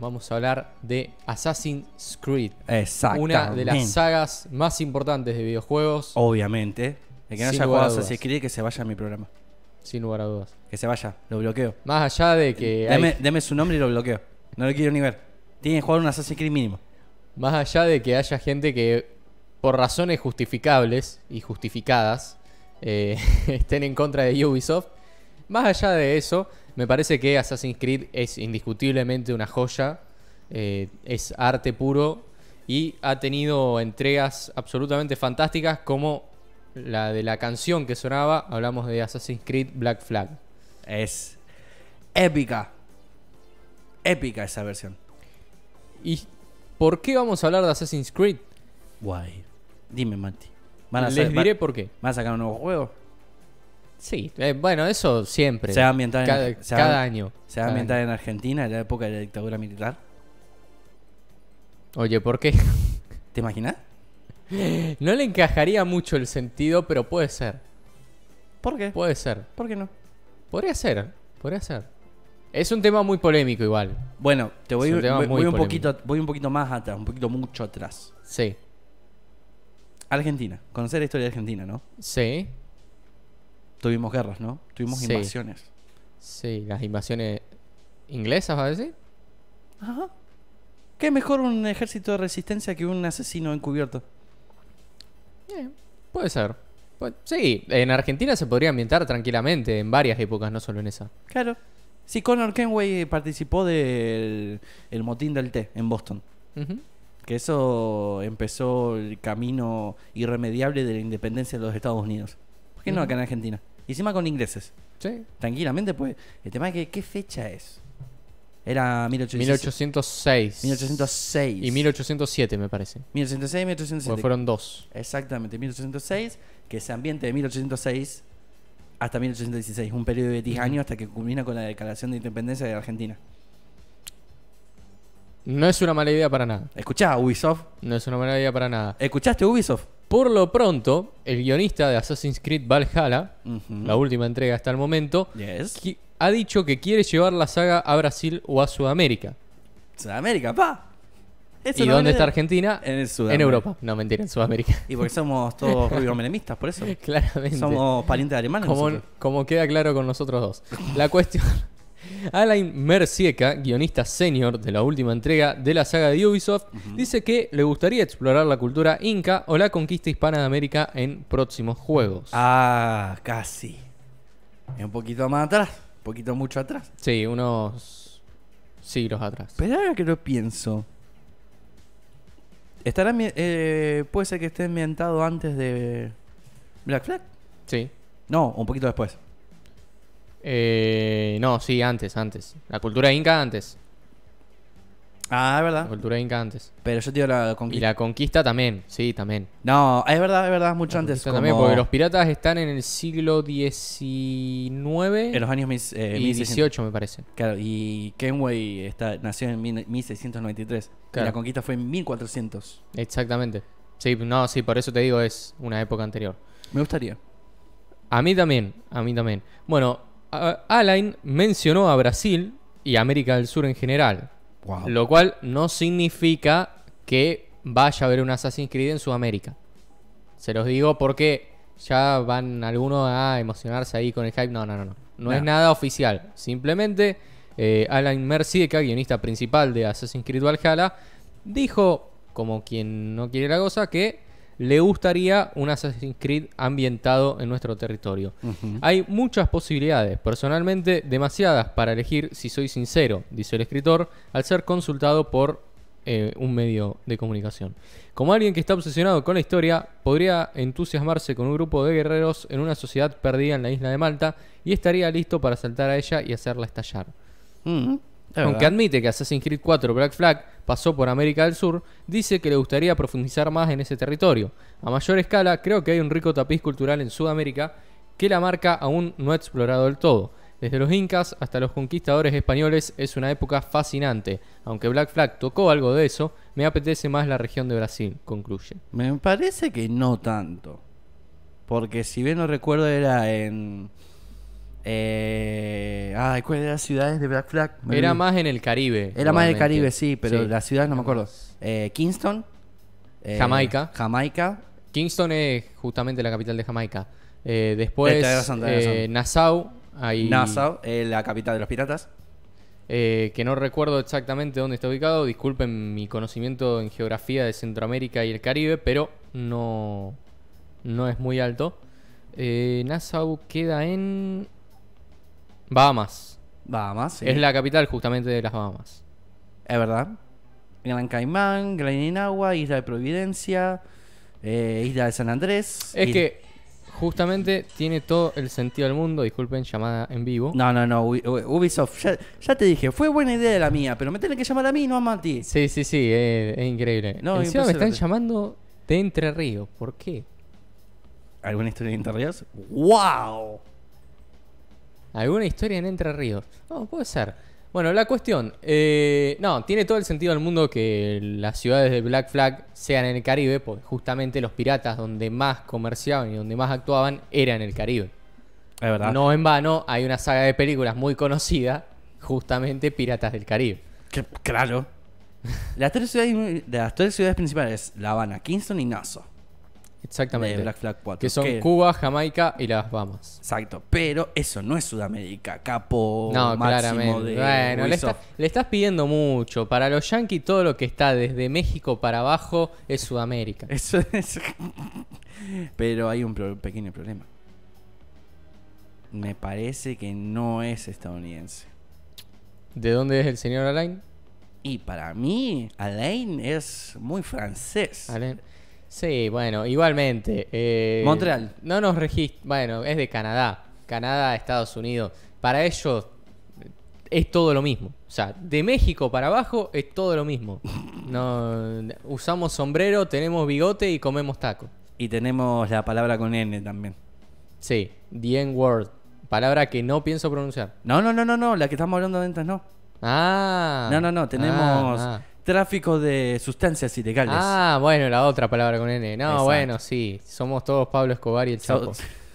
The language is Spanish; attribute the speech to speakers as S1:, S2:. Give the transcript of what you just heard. S1: Vamos a hablar de Assassin's Creed.
S2: Exacto.
S1: Una de las sagas más importantes de videojuegos,
S2: Oh. Obviamente. El que no
S1: Sin lugar
S2: haya
S1: a
S2: jugado
S1: dudas.
S2: Assassin's Creed, que se vaya a mi programa.
S1: sin lugar a dudas.
S2: Que se vaya, lo bloqueo.
S1: Más allá de que hay,
S2: Deme, deme su nombre y lo bloqueo. No lo quiero ni ver. Tiene que jugar un Assassin's Creed mínimo.
S1: más allá de que haya gente que por razones justificables y justificadas eh, estén en contra de Ubisoft, más allá de eso, me parece que Assassin's Creed es indiscutiblemente una joya, eh, es arte puro y ha tenido entregas absolutamente fantásticas como la de la canción que sonaba, hablamos de Assassin's Creed Black Flag.
S2: Es épica. Épica esa versión.
S1: ¿Y por qué vamos a hablar de Assassin's Creed?
S2: Guay. Dime, Mati.
S1: Les diré
S2: van-
S1: por qué.
S2: ¿Van a sacar un nuevo juego?
S1: Sí, eh, bueno, eso siempre.
S2: Se va a ambientar en-
S1: cada,
S2: se va-
S1: cada año.
S2: ¿Se va
S1: cada
S2: a ambientar
S1: año.
S2: en Argentina, en la época de la dictadura militar?
S1: Oye, ¿por qué?
S2: ¿Te imaginas?
S1: No le encajaría mucho el sentido, pero puede ser.
S2: ¿Por qué?
S1: Puede ser.
S2: ¿Por qué no?
S1: Podría ser. Podría ser. Es un tema muy polémico igual.
S2: Bueno, te voy,
S1: Es un tema
S2: voy-
S1: muy
S2: voy un
S1: polémico.
S2: poquito, voy un poquito más atrás, un poquito mucho atrás.
S1: Sí.
S2: Argentina, conocer la historia de Argentina, ¿no?
S1: Sí.
S2: Tuvimos guerras, ¿no? Tuvimos
S1: Sí.
S2: invasiones.
S1: Sí. Las invasiones inglesas, ¿va a decir?
S2: Ajá. ¿Qué mejor un ejército de resistencia que un asesino encubierto?
S1: Eh, puede ser. Pu- Sí, en Argentina se podría ambientar tranquilamente en varias épocas, no solo en esa.
S2: Claro. Si Connor Kenway participó del el motín del té en Boston,
S1: Ujú.
S2: que eso empezó el camino irremediable de la independencia de los Estados Unidos. ¿Por qué no
S1: Ujú.
S2: acá en Argentina? Y encima con ingleses.
S1: Sí.
S2: Tranquilamente, pues. El tema es que, ¿qué fecha es? Era
S1: 1806.
S2: 1806. 1806.
S1: Y 1807, me parece.
S2: 1806 y 1807.
S1: Porque fueron dos.
S2: Exactamente, 1806, que se ambiente de 1806 hasta 1816, un periodo de 10 años hasta que culmina con la declaración de independencia de Argentina.
S1: No es una mala idea para nada.
S2: ¿Escuchá, Ubisoft?
S1: No es una mala idea para nada.
S2: ¿Escuchaste, Ubisoft?
S1: Por lo pronto, el guionista de Assassin's Creed Valhalla,
S2: Ujú.
S1: la última entrega hasta el momento,
S2: Yes.
S1: qui- ha dicho que quiere llevar la saga a Brasil o a Sudamérica.
S2: Sudamérica, pa. Eso
S1: ¿Y
S2: no
S1: dónde
S2: viene
S1: está
S2: de-
S1: Argentina?
S2: En el
S1: En
S2: Sudamérica.
S1: Europa. No, mentira, en Sudamérica.
S2: Y porque somos todos rubio menemistas, por eso.
S1: Claramente.
S2: Somos parientes de alemanes.
S1: Como,
S2: nosotros.
S1: como queda claro con nosotros dos. La cuestión. Alain Mercieca, guionista senior de la última entrega de la saga de Ubisoft, dice que le gustaría explorar la cultura inca o la conquista hispana de América en próximos juegos.
S2: Ah, casi. Es un poquito más atrás, un poquito mucho atrás.
S1: Sí, unos siglos atrás.
S2: Pero ahora que lo pienso. Estará ambi- eh, puede ser que esté ambientado antes de Black Flag.
S1: Sí.
S2: No, un poquito después.
S1: Eh, no, sí, antes, antes. La cultura inca antes.
S2: Ah,
S1: La
S2: es verdad.
S1: cultura inca antes.
S2: Pero yo te digo la
S1: Y
S2: conquista.
S1: la conquista también, sí, también.
S2: No, es verdad, es verdad, mucho
S1: La
S2: antes.
S1: conquista también,
S2: como
S1: porque los piratas están en el siglo XIX
S2: En los años mis- eh,
S1: y
S2: 1600.
S1: 18, me parece.
S2: Claro, y Kenway está, nació en mil- 1693. Y
S1: Claro.
S2: la conquista fue en 1400.
S1: Exactamente. Sí, no, sí, por eso te digo, es una época anterior.
S2: Me gustaría.
S1: A mí también, a mí también. Bueno, a- Alain mencionó a Brasil y América del Sur en general.
S2: Wow.
S1: Lo cual no significa que vaya a haber un Assassin's Creed en Sudamérica. Se los digo porque ya van algunos a emocionarse ahí con el hype. No, no, no, no. No es
S2: No.
S1: nada oficial. Simplemente eh, Alan Mercieca, guionista principal de Assassin's Creed Valhalla, dijo, como quien no quiere la cosa, que le gustaría un Assassin's Creed ambientado en nuestro territorio. Hay muchas posibilidades, personalmente demasiadas para elegir si soy sincero, dice el escritor, al ser consultado por eh, un medio de comunicación. Como alguien que está obsesionado con la historia, podría entusiasmarse con un grupo de guerreros en una sociedad perdida en la isla de Malta y estaría listo para saltar a ella y hacerla estallar.
S2: Mm,
S1: Aunque admite que Assassin's Creed 4 Black Flag pasó por América del Sur, dice que le gustaría profundizar más en ese territorio. A mayor escala, creo que hay un rico tapiz cultural en Sudamérica que la marca aún no ha explorado del todo. Desde los incas hasta los conquistadores españoles es una época fascinante. Aunque Black Flag tocó algo de eso, me apetece más la región de Brasil, concluye.
S2: Me parece que no tanto. Porque si bien no recuerdo era en Eh, ay, ¿cuáles eran las ciudades de Black Flag? Me
S1: Era
S2: olvidé.
S1: más en el Caribe.
S2: Era más del
S1: igualmente.
S2: Caribe, sí, pero
S1: Sí.
S2: las ciudades no me acuerdo. Eh, Kingston. eh,
S1: Jamaica.
S2: Jamaica.
S1: Kingston es justamente la capital de Jamaica. Eh, después,
S2: Eh, tenés razón, tenés
S1: eh,
S2: razón.
S1: Nassau. ahí-
S2: Nassau, eh, la capital de los piratas.
S1: eh, que no recuerdo exactamente dónde está ubicado. Disculpen mi conocimiento en geografía de Centroamérica y el Caribe, pero no, no es muy alto. Eh, Nassau queda en Bahamas.
S2: Bahamas. sí.
S1: Es la capital justamente de las Bahamas.
S2: Es verdad. Gran Caimán, Gran Inagua, Isla de Providencia, eh, Isla de San Andrés.
S1: Es
S2: Isla-
S1: que justamente tiene todo el sentido del mundo. Disculpen, llamada en vivo.
S2: No, no, no, Ubi- Ubi- Ubisoft, ya, ya te dije, fue buena idea de la mía, pero me tienen que llamar a mí, no a Mati.
S1: Sí, sí, sí, eh, es, increíble.
S2: No,
S1: Encima me están
S2: impresionante.
S1: llamando de Entre Ríos. ¿Por qué?
S2: ¿Alguna historia de Interríos? ¡Wow!
S1: ¿Alguna historia en Entre Ríos? No, puede ser. Bueno, la cuestión. eh, no, tiene todo el sentido del mundo que las ciudades de Black Flag sean en el Caribe, porque justamente los piratas donde más comerciaban y donde más actuaban era en el Caribe.
S2: Es verdad.
S1: No en vano, hay una saga de películas muy conocida, justamente Piratas del Caribe.
S2: Que- claro. Las tres ciudades, de las tres ciudades principales, La Habana, Kingston y Nassau.
S1: Exactamente.
S2: De Black Flag 4.
S1: que son Cuba, Jamaica y las Bahamas.
S2: Exacto, pero eso no es Sudamérica, capo
S1: No,
S2: máximo
S1: claramente.
S2: de
S1: Bueno, le, está-
S2: Ubisoft.
S1: le estás pidiendo mucho. Para los yankees, todo lo que está desde México para abajo es Sudamérica.
S2: Eso es. Pero hay un pro- pequeño problema. Me parece que no es estadounidense.
S1: ¿De dónde es el señor Alain?
S2: Y para mí, Alain es muy francés.
S1: Alain. Sí, bueno, igualmente. eh,
S2: Montreal.
S1: No nos registra. Bueno, es de Canadá. Canadá, Estados Unidos. Para ellos eh, es todo lo mismo. O sea, de México para abajo es todo lo mismo. No, usamos sombrero, tenemos bigote y comemos tacos.
S2: Y tenemos la palabra con N también.
S1: Sí, the N-word. Palabra que no pienso pronunciar.
S2: No, no, no, no, no, la que estamos hablando antes no.
S1: Ah.
S2: No, no, no, tenemos
S1: Ah,
S2: tráfico de sustancias
S1: ah.
S2: ilegales.
S1: Ah, bueno, la otra palabra con N. No,
S2: Exacto.
S1: bueno, sí. Somos todos Pablo Escobar y el
S2: So-
S1: Chapo.